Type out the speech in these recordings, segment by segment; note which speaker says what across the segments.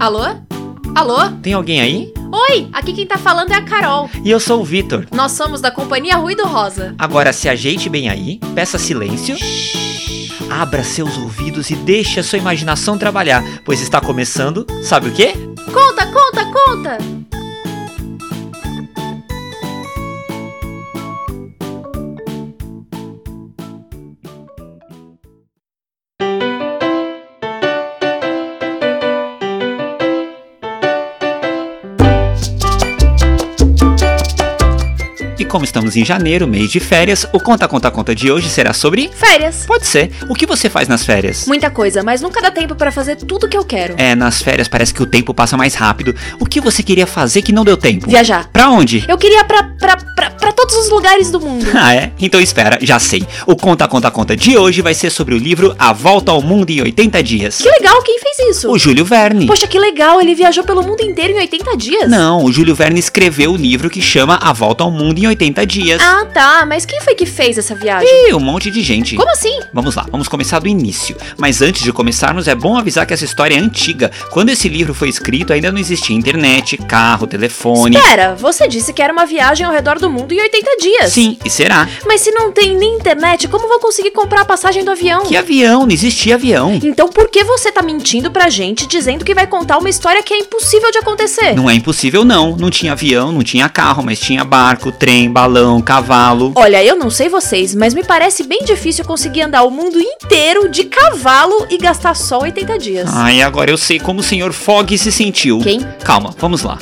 Speaker 1: Alô? Alô?
Speaker 2: Tem alguém aí?
Speaker 1: Oi, aqui quem tá falando é a Carol.
Speaker 2: E eu sou o Vitor.
Speaker 1: Nós somos da Companhia Ruído Rosa.
Speaker 2: Agora se ajeite bem aí, peça silêncio. Abra seus ouvidos e deixe a sua imaginação trabalhar, pois está começando, sabe o quê?
Speaker 1: Conta, conta, conta!
Speaker 2: E como estamos em janeiro, mês de férias, o Conta Conta Conta de hoje será sobre.
Speaker 1: Férias.
Speaker 2: Pode ser. O que você faz nas férias?
Speaker 1: Muita coisa, mas nunca dá tempo pra fazer tudo que eu quero.
Speaker 2: É, nas férias parece que o tempo passa mais rápido. O que você queria fazer que não deu tempo?
Speaker 1: Viajar.
Speaker 2: Pra onde?
Speaker 1: Eu queria pra, pra, pra, pra todos os lugares do mundo.
Speaker 2: Ah, é? Então espera, já sei. O Conta Conta Conta de hoje vai ser sobre o livro A Volta ao Mundo em 80 Dias.
Speaker 1: Que legal, quem fez isso?
Speaker 2: O Júlio Verne.
Speaker 1: Poxa, que legal, ele viajou pelo mundo inteiro em 80 dias.
Speaker 2: Não, o Júlio Verne escreveu o livro que chama A Volta ao Mundo em 80 Dias.
Speaker 1: Ah, tá, mas quem foi que fez essa viagem?
Speaker 2: E um monte de gente.
Speaker 1: Como assim?
Speaker 2: Vamos lá, vamos começar do início. Mas antes de começarmos, é bom avisar que essa história é antiga. Quando esse livro foi escrito, ainda não existia internet, carro, telefone.
Speaker 1: Espera, você disse que era uma viagem ao redor do mundo em 80 dias.
Speaker 2: Sim, e será?
Speaker 1: Mas se não tem nem internet, como vou conseguir comprar a passagem do avião?
Speaker 2: Que avião? Não existia avião.
Speaker 1: Então por que você tá mentindo pra gente dizendo que vai contar uma história que é impossível de acontecer?
Speaker 2: Não é impossível, não. Não tinha avião, não tinha carro, mas tinha barco, trem, balão, cavalo.
Speaker 1: Olha, eu não sei vocês, mas me parece bem difícil conseguir andar o mundo inteiro de cavalo e gastar só 80 dias.
Speaker 2: Ai, agora eu sei como o senhor Fogg se sentiu.
Speaker 1: Quem?
Speaker 2: Calma, vamos lá.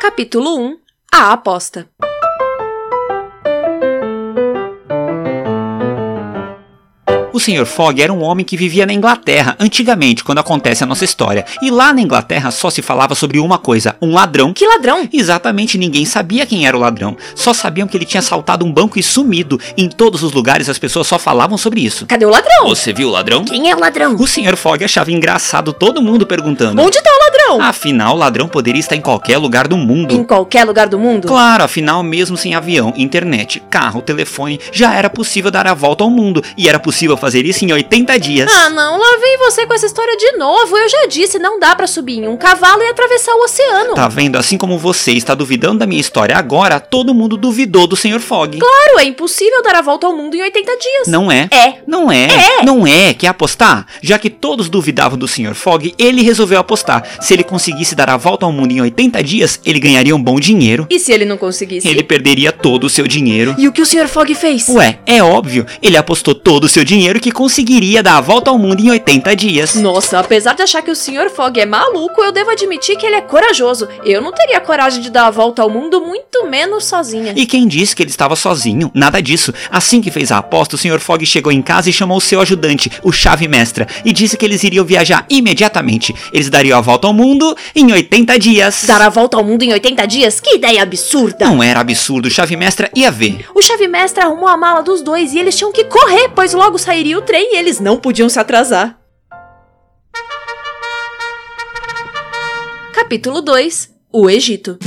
Speaker 1: Capítulo 1 A Aposta
Speaker 2: O Sr. Fogg era um homem que vivia na Inglaterra, antigamente, quando acontece a nossa história. E lá na Inglaterra só se falava sobre uma coisa: um ladrão.
Speaker 1: Que ladrão!
Speaker 2: Exatamente ninguém sabia quem era o ladrão. Só sabiam que ele tinha assaltado um banco e sumido. Em todos os lugares as pessoas só falavam sobre isso.
Speaker 1: Cadê o ladrão?
Speaker 2: Você viu o ladrão?
Speaker 1: Quem é o ladrão?
Speaker 2: O Sr. Fogg achava engraçado todo mundo perguntando.
Speaker 1: Onde tá o ladrão?
Speaker 2: Afinal, o ladrão poderia estar em qualquer lugar do mundo.
Speaker 1: Em qualquer lugar do mundo?
Speaker 2: Claro, afinal, mesmo sem avião, internet, carro, telefone, já era possível dar a volta ao mundo. E era possível fazer isso em 80 dias.
Speaker 1: Ah, não, lá vem você com essa história de novo. Eu já disse, não dá pra subir em um cavalo e atravessar o oceano.
Speaker 2: Tá vendo? Assim como você está duvidando da minha história agora, todo mundo duvidou do Sr. Fogg.
Speaker 1: Claro, é impossível dar a volta ao mundo em 80 dias.
Speaker 2: Não é.
Speaker 1: É.
Speaker 2: Não é. Não é. Quer apostar? Já que todos duvidavam do Sr. Fogg, ele resolveu apostar. Se ele conseguisse dar a volta ao mundo em 80 dias, ele ganharia um bom dinheiro.
Speaker 1: E se ele não conseguisse?
Speaker 2: Ele perderia todo o seu dinheiro.
Speaker 1: E o que o Sr. Fogg fez?
Speaker 2: Ué, é óbvio. Ele apostou todo o seu dinheiro que conseguiria dar a volta ao mundo em 80 dias.
Speaker 1: Nossa, apesar de achar que o Sr. Fogg é maluco, eu devo admitir que ele é corajoso. Eu não teria coragem de dar a volta ao mundo, muito menos sozinha.
Speaker 2: E quem disse que ele estava sozinho? Nada disso. Assim que fez a aposta, o Sr. Fogg chegou em casa e chamou o seu ajudante, o Chave Mestra, e disse que eles iriam viajar imediatamente. Eles dariam a volta ao mundo em 80 dias.
Speaker 1: Dar a volta ao mundo em 80 dias? Que ideia absurda!
Speaker 2: Não era absurdo, o Chave Mestra ia ver.
Speaker 1: O chave mestre arrumou a mala dos dois e eles tinham que correr, pois logo sairia o trem e eles não podiam se atrasar. Capítulo 2 O Egito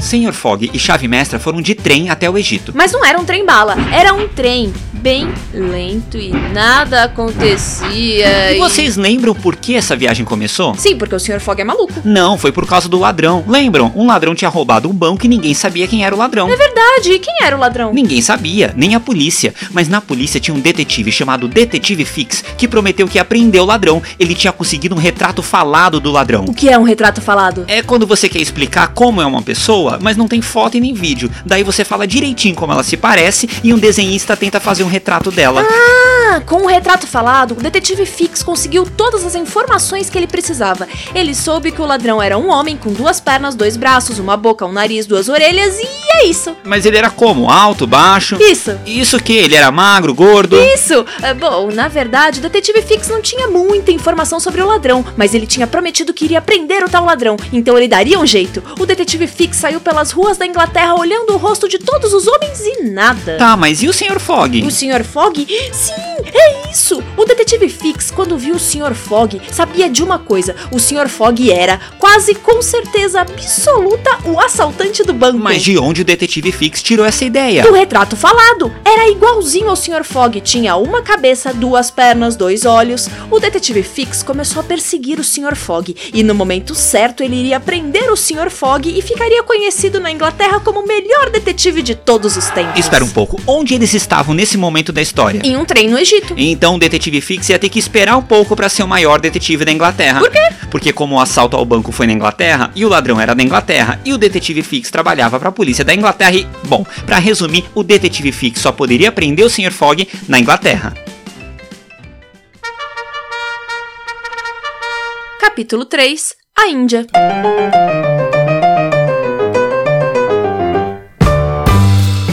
Speaker 2: Sr. Fogg e Chave Mestra foram de trem até o Egito.
Speaker 1: Mas não era um trem-bala, era um trem bem lento e nada acontecia.
Speaker 2: E vocês lembram por que essa viagem começou?
Speaker 1: Sim, porque o Sr. Fogg é maluco.
Speaker 2: Não, foi por causa do ladrão. Lembram? Um ladrão tinha roubado um banco e ninguém sabia quem era o ladrão.
Speaker 1: Verdade, e Ah, quem era o ladrão?
Speaker 2: Ninguém sabia, nem a polícia. Mas na polícia tinha um detetive chamado Detetive Fix que prometeu que ia prender o ladrão. Ele tinha conseguido um retrato falado do ladrão.
Speaker 1: O que é um retrato falado?
Speaker 2: É quando você quer explicar como é uma pessoa, mas não tem foto e nem vídeo. Daí você fala direitinho como ela se parece e um desenhista tenta fazer um retrato dela.
Speaker 1: Ah, com o retrato falado, o detetive Fix conseguiu todas as informações que ele precisava. Ele soube que o ladrão era um homem com duas pernas, dois braços, uma boca, um nariz, duas orelhas e é isso.
Speaker 2: Mas ele era como? Alto, baixo?
Speaker 1: Isso.
Speaker 2: Isso que? Ele era magro, gordo?
Speaker 1: Isso! É, bom, na verdade, o detetive Fix não tinha muita informação sobre o ladrão, mas ele tinha prometido que iria prender o tal ladrão, então ele daria um jeito. O detetive Fix saiu pelas ruas da Inglaterra olhando o rosto de todos os homens e nada.
Speaker 2: Tá, mas e o Sr. Fogg?
Speaker 1: O Sr. Fogg? Sim, É isso! O detetive Fix, quando viu o Sr. Fogg, sabia de uma coisa: o Sr. Fogg era, quase com certeza absoluta, o assaltante do banco.
Speaker 2: Mas de onde o detetive Fix tirou essa ideia?
Speaker 1: Do retrato falado, era igualzinho ao Sr. Fogg, tinha uma cabeça, duas pernas, dois olhos. O detetive Fix começou a perseguir o Sr. Fogg e no momento certo ele iria prender o Sr. Fogg e ficaria conhecido na Inglaterra como o melhor detetive de todos os tempos.
Speaker 2: Espera um pouco, onde eles estavam nesse momento da história?
Speaker 1: Em um trem no Egito.
Speaker 2: Então o detetive Fix ia ter que esperar um pouco pra ser o maior detetive da Inglaterra.
Speaker 1: Por quê?
Speaker 2: Porque como o assalto ao banco foi na Inglaterra e o ladrão era da Inglaterra e o detetive Fix trabalhava pra polícia da Inglaterra e, bom, pra resumir, o detetive Fix só poderia prender o Sr. Fogg na Inglaterra.
Speaker 1: Capítulo 3 A Índia.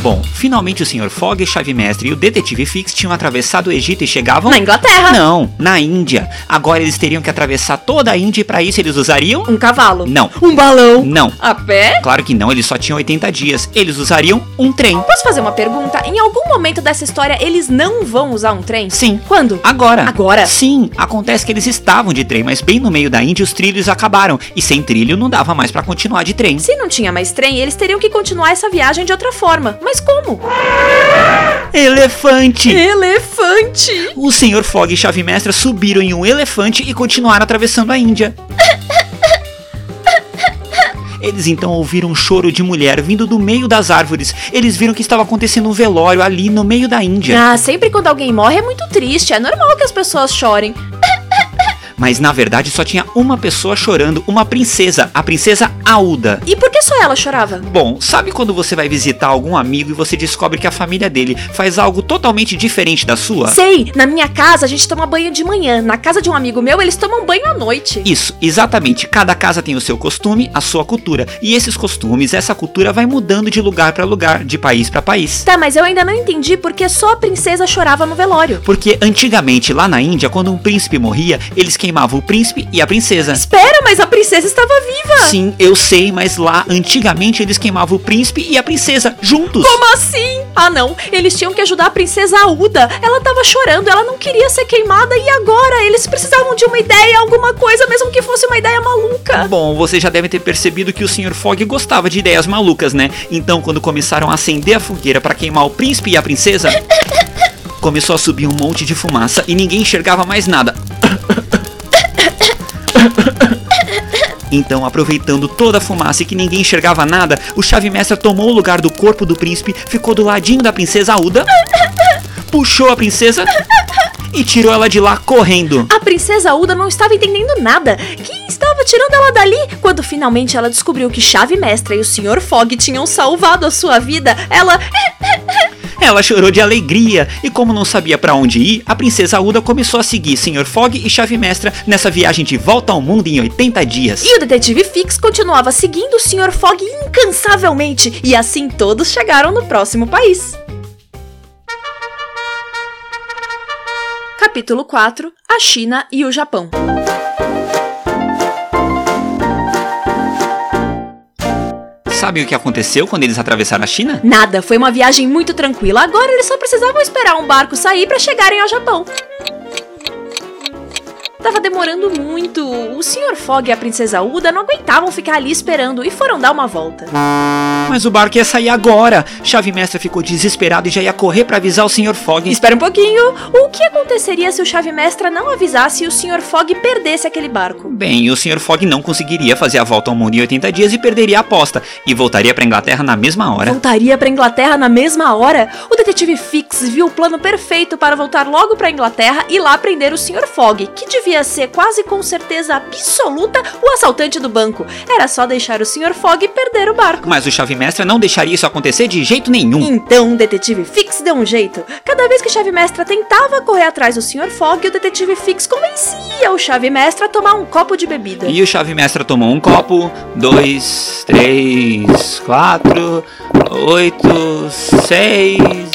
Speaker 2: Bom, finalmente o Sr. Fogg, Chave Mestre e o Detetive Fix tinham atravessado o Egito e chegavam
Speaker 1: Na Inglaterra.
Speaker 2: Não, na Índia. Agora eles teriam que atravessar toda a Índia e pra isso eles usariam?
Speaker 1: Um cavalo.
Speaker 2: Não.
Speaker 1: Um balão.
Speaker 2: Não.
Speaker 1: A pé?
Speaker 2: Claro que não, eles só tinham 80 dias. Eles usariam um trem.
Speaker 1: Posso fazer uma pergunta? Em algum momento dessa história eles não vão usar um trem?
Speaker 2: Sim. Ah.
Speaker 1: Quando?
Speaker 2: Agora.
Speaker 1: Agora?
Speaker 2: Sim, acontece que eles estavam de trem, mas bem no meio da Índia os trilhos acabaram e sem trilho não dava mais pra continuar de trem.
Speaker 1: Se não tinha mais trem, eles teriam que continuar essa viagem de outra forma. Mas como?
Speaker 2: Elefante!
Speaker 1: É. Elefante!
Speaker 2: O Sr. Fogg e Chave Mestra subiram em um elefante e continuaram atravessando a Índia. Eles então ouviram um choro de mulher vindo do meio das árvores. Eles viram que estava acontecendo um velório ali no meio da Índia.
Speaker 1: Ah, sempre quando alguém morre é muito triste. É normal que as pessoas chorem.
Speaker 2: Mas na verdade só tinha uma pessoa chorando, uma princesa, a princesa Auda.
Speaker 1: E por que só ela chorava?
Speaker 2: Bom, sabe quando você vai visitar algum amigo e você descobre que a família dele faz algo totalmente diferente da sua?
Speaker 1: Sei, na minha casa a gente toma banho de manhã. Na casa de um amigo meu, eles tomam banho à noite.
Speaker 2: Isso, exatamente. Cada casa tem o seu costume, a sua cultura. E esses costumes, essa cultura vai mudando de lugar pra lugar, de país pra país.
Speaker 1: Tá, mas eu ainda não entendi porque só a princesa chorava no velório.
Speaker 2: Porque antigamente, lá na Índia, quando um príncipe morria, eles queimavam o príncipe e a princesa.
Speaker 1: Espera, mas a princesa estava viva!
Speaker 2: Sim, eu sei, mas lá antigamente eles queimavam o príncipe e a princesa juntos.
Speaker 1: Como assim? Ah, não. Eles tinham que ajudar a princesa Auda. Ela tava chorando, ela não queria ser queimada e agora eles precisavam de uma ideia, alguma coisa, mesmo que fosse uma ideia maluca.
Speaker 2: Tá Bom, você já deve ter percebido que o Sr. Fogg gostava de ideias malucas, né? Então, quando começaram a acender a fogueira pra queimar o príncipe e a princesa, começou a subir um monte de fumaça e ninguém enxergava mais nada. Então, aproveitando toda a fumaça e que ninguém enxergava nada, o chave mestre tomou o lugar do corpo do príncipe, ficou do ladinho da princesa Uda, puxou a princesa e tirou ela de lá correndo.
Speaker 1: A princesa Auda não estava entendendo nada. Quem estava tirando ela dali? Quando finalmente ela descobriu que Chave Mestra e o Sr. Fogg tinham salvado a sua vida, ela.
Speaker 2: Ela chorou de alegria e, como não sabia pra onde ir, a princesa Uda começou a seguir Sr. Fogg e Chave Mestra nessa viagem de volta ao mundo em 80 dias.
Speaker 1: E o detetive Fix continuava seguindo o Sr. Fogg incansavelmente, e assim todos chegaram no próximo país. Capítulo 4 A China e o Japão.
Speaker 2: Sabe o que aconteceu quando eles atravessaram a China?
Speaker 1: Nada, foi uma viagem muito tranquila. Agora eles só precisavam esperar um barco sair para chegarem ao Japão. Tava demorando muito. O Sr. Fogg e a Princesa Uda não aguentavam ficar ali esperando e foram dar uma volta.
Speaker 2: Mas o barco ia sair agora. Chave Mestra ficou desesperado e já ia correr pra avisar o Sr. Fogg.
Speaker 1: Espera um pouquinho. O que aconteceria se o Chave Mestra não avisasse e o Sr. Fogg perdesse aquele barco?
Speaker 2: Bem, o Sr. Fogg não conseguiria fazer a volta ao mundo em 80 dias e perderia a aposta, e voltaria pra Inglaterra na mesma hora.
Speaker 1: Voltaria pra Inglaterra na mesma hora? O detetive Fix viu o plano perfeito para voltar logo pra Inglaterra e lá prender o Sr. Fogg, que devia ser quase com certeza absoluta o assaltante do banco. Era só deixar o Sr. Fogg perder o barco.
Speaker 2: Mas o Chave Mestra não deixaria isso acontecer de jeito nenhum.
Speaker 1: Então o detetive Fix deu um jeito. Cada vez que o Chave Mestra tentava correr atrás do Sr. Fogg, o detetive Fix convencia o Chave Mestra a tomar um copo de bebida.
Speaker 2: E o chave mestra tomou um copo, dois, três, quatro, oito, seis,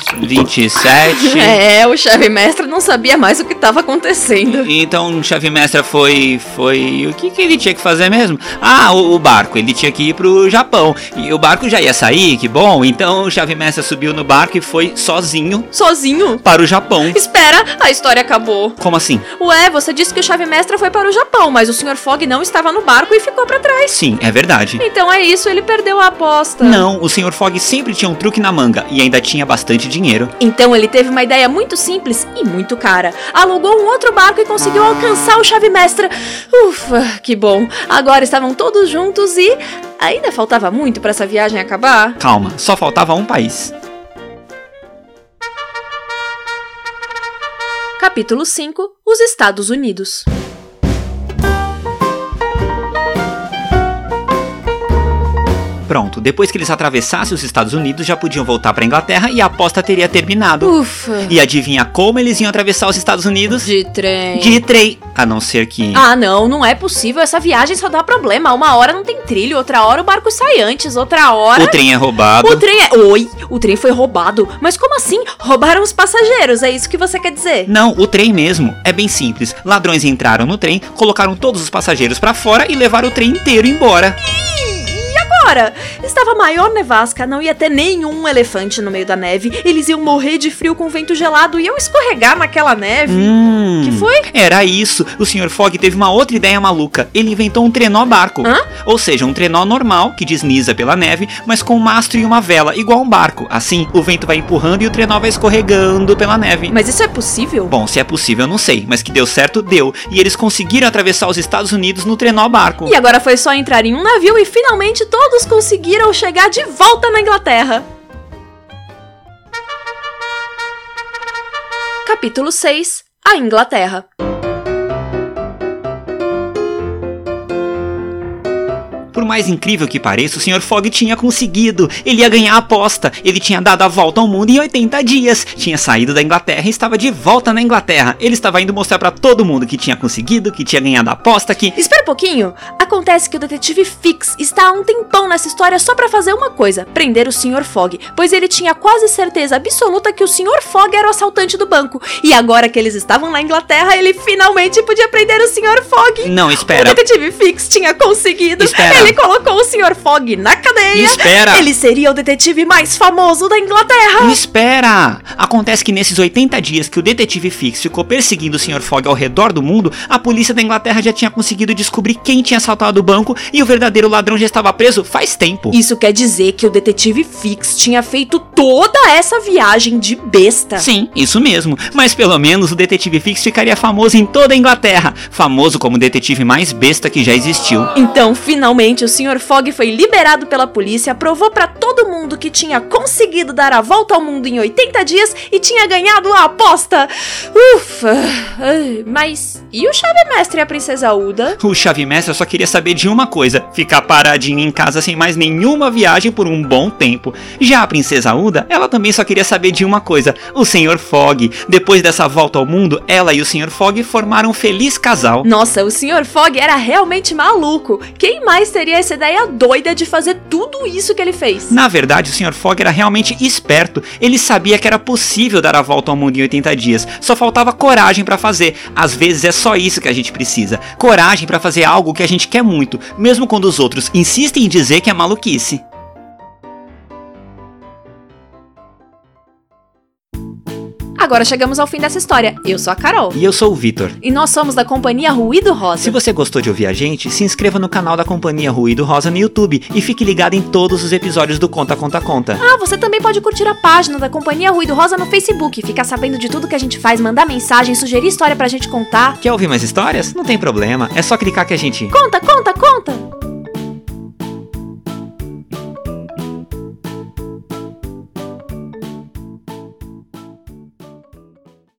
Speaker 2: 27.
Speaker 1: É, o chave mestre não sabia mais o que estava acontecendo.
Speaker 2: Então o chave mestra foi. foi. O que, que ele tinha que fazer mesmo? Ah, o, o barco. Ele tinha que ir pro Japão. E o barco já ia sair, que bom. Então o chave mestra subiu no barco e foi sozinho
Speaker 1: Sozinho?
Speaker 2: para o Japão.
Speaker 1: Espera, a história acabou.
Speaker 2: Como assim?
Speaker 1: Ué, você disse que o chave mestra foi para o Japão, mas o Sr. Fogg não estava no barco e ficou para trás.
Speaker 2: Sim, é verdade.
Speaker 1: Então é isso, ele perdeu a aposta.
Speaker 2: Não, o Sr. Fogg sempre tinha um truque na manga e ainda tinha bastante dinheiro.
Speaker 1: Então ele teve uma ideia muito simples e muito cara. Alugou um outro barco e conseguiu alcançar o chave mestra. Ufa, que bom. Agora estavam todos juntos e ainda faltava muito para essa viagem acabar.
Speaker 2: Calma, só faltava um país.
Speaker 1: Capítulo 5: Os Estados Unidos.
Speaker 2: Pronto, depois que eles atravessassem os Estados Unidos, já podiam voltar pra Inglaterra e a aposta teria terminado.
Speaker 1: Ufa.
Speaker 2: E adivinha como eles iam atravessar os Estados Unidos?
Speaker 1: De trem.
Speaker 2: De trem. A não ser que.
Speaker 1: Ah, não, não é possível. Essa viagem só dá problema. Uma hora não tem trilho, outra hora o barco sai antes, outra hora.
Speaker 2: O trem é roubado.
Speaker 1: O trem é. Oi! O trem foi roubado. Mas como assim? Roubaram os passageiros, é isso que você quer dizer?
Speaker 2: Não, o trem mesmo. É bem simples. Ladrões entraram no trem, colocaram todos os passageiros pra fora e levaram o trem inteiro embora.
Speaker 1: Ora, estava a maior nevasca, não ia ter nenhum elefante no meio da neve. Eles iam morrer de frio com vento gelado e iam escorregar naquela neve.
Speaker 2: Hum.
Speaker 1: Que foi?
Speaker 2: Era isso. O Sr. Fogg teve uma outra ideia maluca. Ele inventou um trenó barco.
Speaker 1: Hã?
Speaker 2: Ou seja, um trenó normal, que desliza pela neve, mas com um mastro e uma vela, igual um barco. Assim, o vento vai empurrando e o trenó vai escorregando pela neve.
Speaker 1: Mas isso é possível?
Speaker 2: Bom, se é possível, eu não sei, mas que deu certo, deu. E eles conseguiram atravessar os Estados Unidos no trenó barco.
Speaker 1: E agora foi só entrar em um navio e finalmente todos conseguiram chegar de volta na Inglaterra. Capítulo 6 A Inglaterra
Speaker 2: Por mais incrível que pareça, o Sr. Fogg tinha conseguido. Ele ia ganhar a aposta. Ele tinha dado a volta ao mundo em 80 dias. Tinha saído da Inglaterra e estava de volta na Inglaterra. Ele estava indo mostrar pra todo mundo que tinha conseguido, que tinha ganhado a aposta, que
Speaker 1: Espera um pouquinho. Acontece que o detetive Fix está há um tempão nessa história só pra fazer uma coisa: prender o Sr. Fogg, pois ele tinha quase certeza absoluta que o Sr. Fogg era o assaltante do banco. E agora que eles estavam na Inglaterra, ele finalmente podia prender o Sr. Fogg.
Speaker 2: Não,
Speaker 1: O
Speaker 2: espera.
Speaker 1: detetive Fix tinha conseguido.
Speaker 2: Espera.
Speaker 1: Ele colocou o Sr. Fogg na cadeia.
Speaker 2: Espera.
Speaker 1: Ele seria o detetive mais famoso da Inglaterra.
Speaker 2: Espera! Acontece que nesses 80 dias que o detetive Fix ficou perseguindo o Sr. Fogg ao redor do mundo, a polícia da Inglaterra já tinha conseguido descobrir quem tinha assaltado o banco e o verdadeiro ladrão já estava preso faz tempo.
Speaker 1: Isso quer dizer que o detetive Fix tinha feito toda essa viagem de besta.
Speaker 2: Sim, isso mesmo. Mas pelo menos o detetive Fix ficaria famoso em toda a Inglaterra, famoso como o detetive mais besta que já existiu.
Speaker 1: Então, finalmente, o Sr. Fogg foi liberado pela polícia, provou pra todo mundo que tinha conseguido dar a volta ao mundo em 80 dias e tinha ganhado a aposta. Ufa! Ai, Mas e o chave mestre e a princesa Uda?
Speaker 2: O chave mestre só queria saber de uma coisa: ficar paradinho em casa sem mais nenhuma viagem por um bom tempo. Já a princesa Uda, ela também só queria saber de uma coisa: o Sr. Fogg. Depois dessa volta ao mundo, ela e o Sr. Fogg formaram um feliz casal.
Speaker 1: Nossa, o Sr. Fogg era realmente maluco. Quem mais teria essa ideia doida de fazer tudo isso que ele fez?
Speaker 2: Na verdade, o Sr. Fogg era realmente esperto. Ele sabia que era possível dar a volta ao mundo em 80 dias. Só faltava coragem pra fazer. Às vezes é só isso que a gente precisa. Coragem pra fazer algo que a gente quer muito, mesmo quando os outros insistem em dizer que é maluquice.
Speaker 1: Agora chegamos ao fim dessa história. Eu sou a Carol.
Speaker 2: E eu sou o Vitor.
Speaker 1: E nós somos da companhia Ruído
Speaker 2: Se
Speaker 1: Rosa.
Speaker 2: você gostou de ouvir a gente, se inscreva no canal da Companhia Ruído Rosa no YouTube e fique ligado em todos os episódios do Conta Conta Conta.
Speaker 1: Ah, você também pode curtir a página da Companhia Ruído Rosa no Facebook, ficar sabendo de tudo que a gente faz, mandar mensagem, sugerir história pra gente contar.
Speaker 2: Quer ouvir mais histórias? Não tem problema, é só clicar que a gente.
Speaker 1: Conta, conta, conta!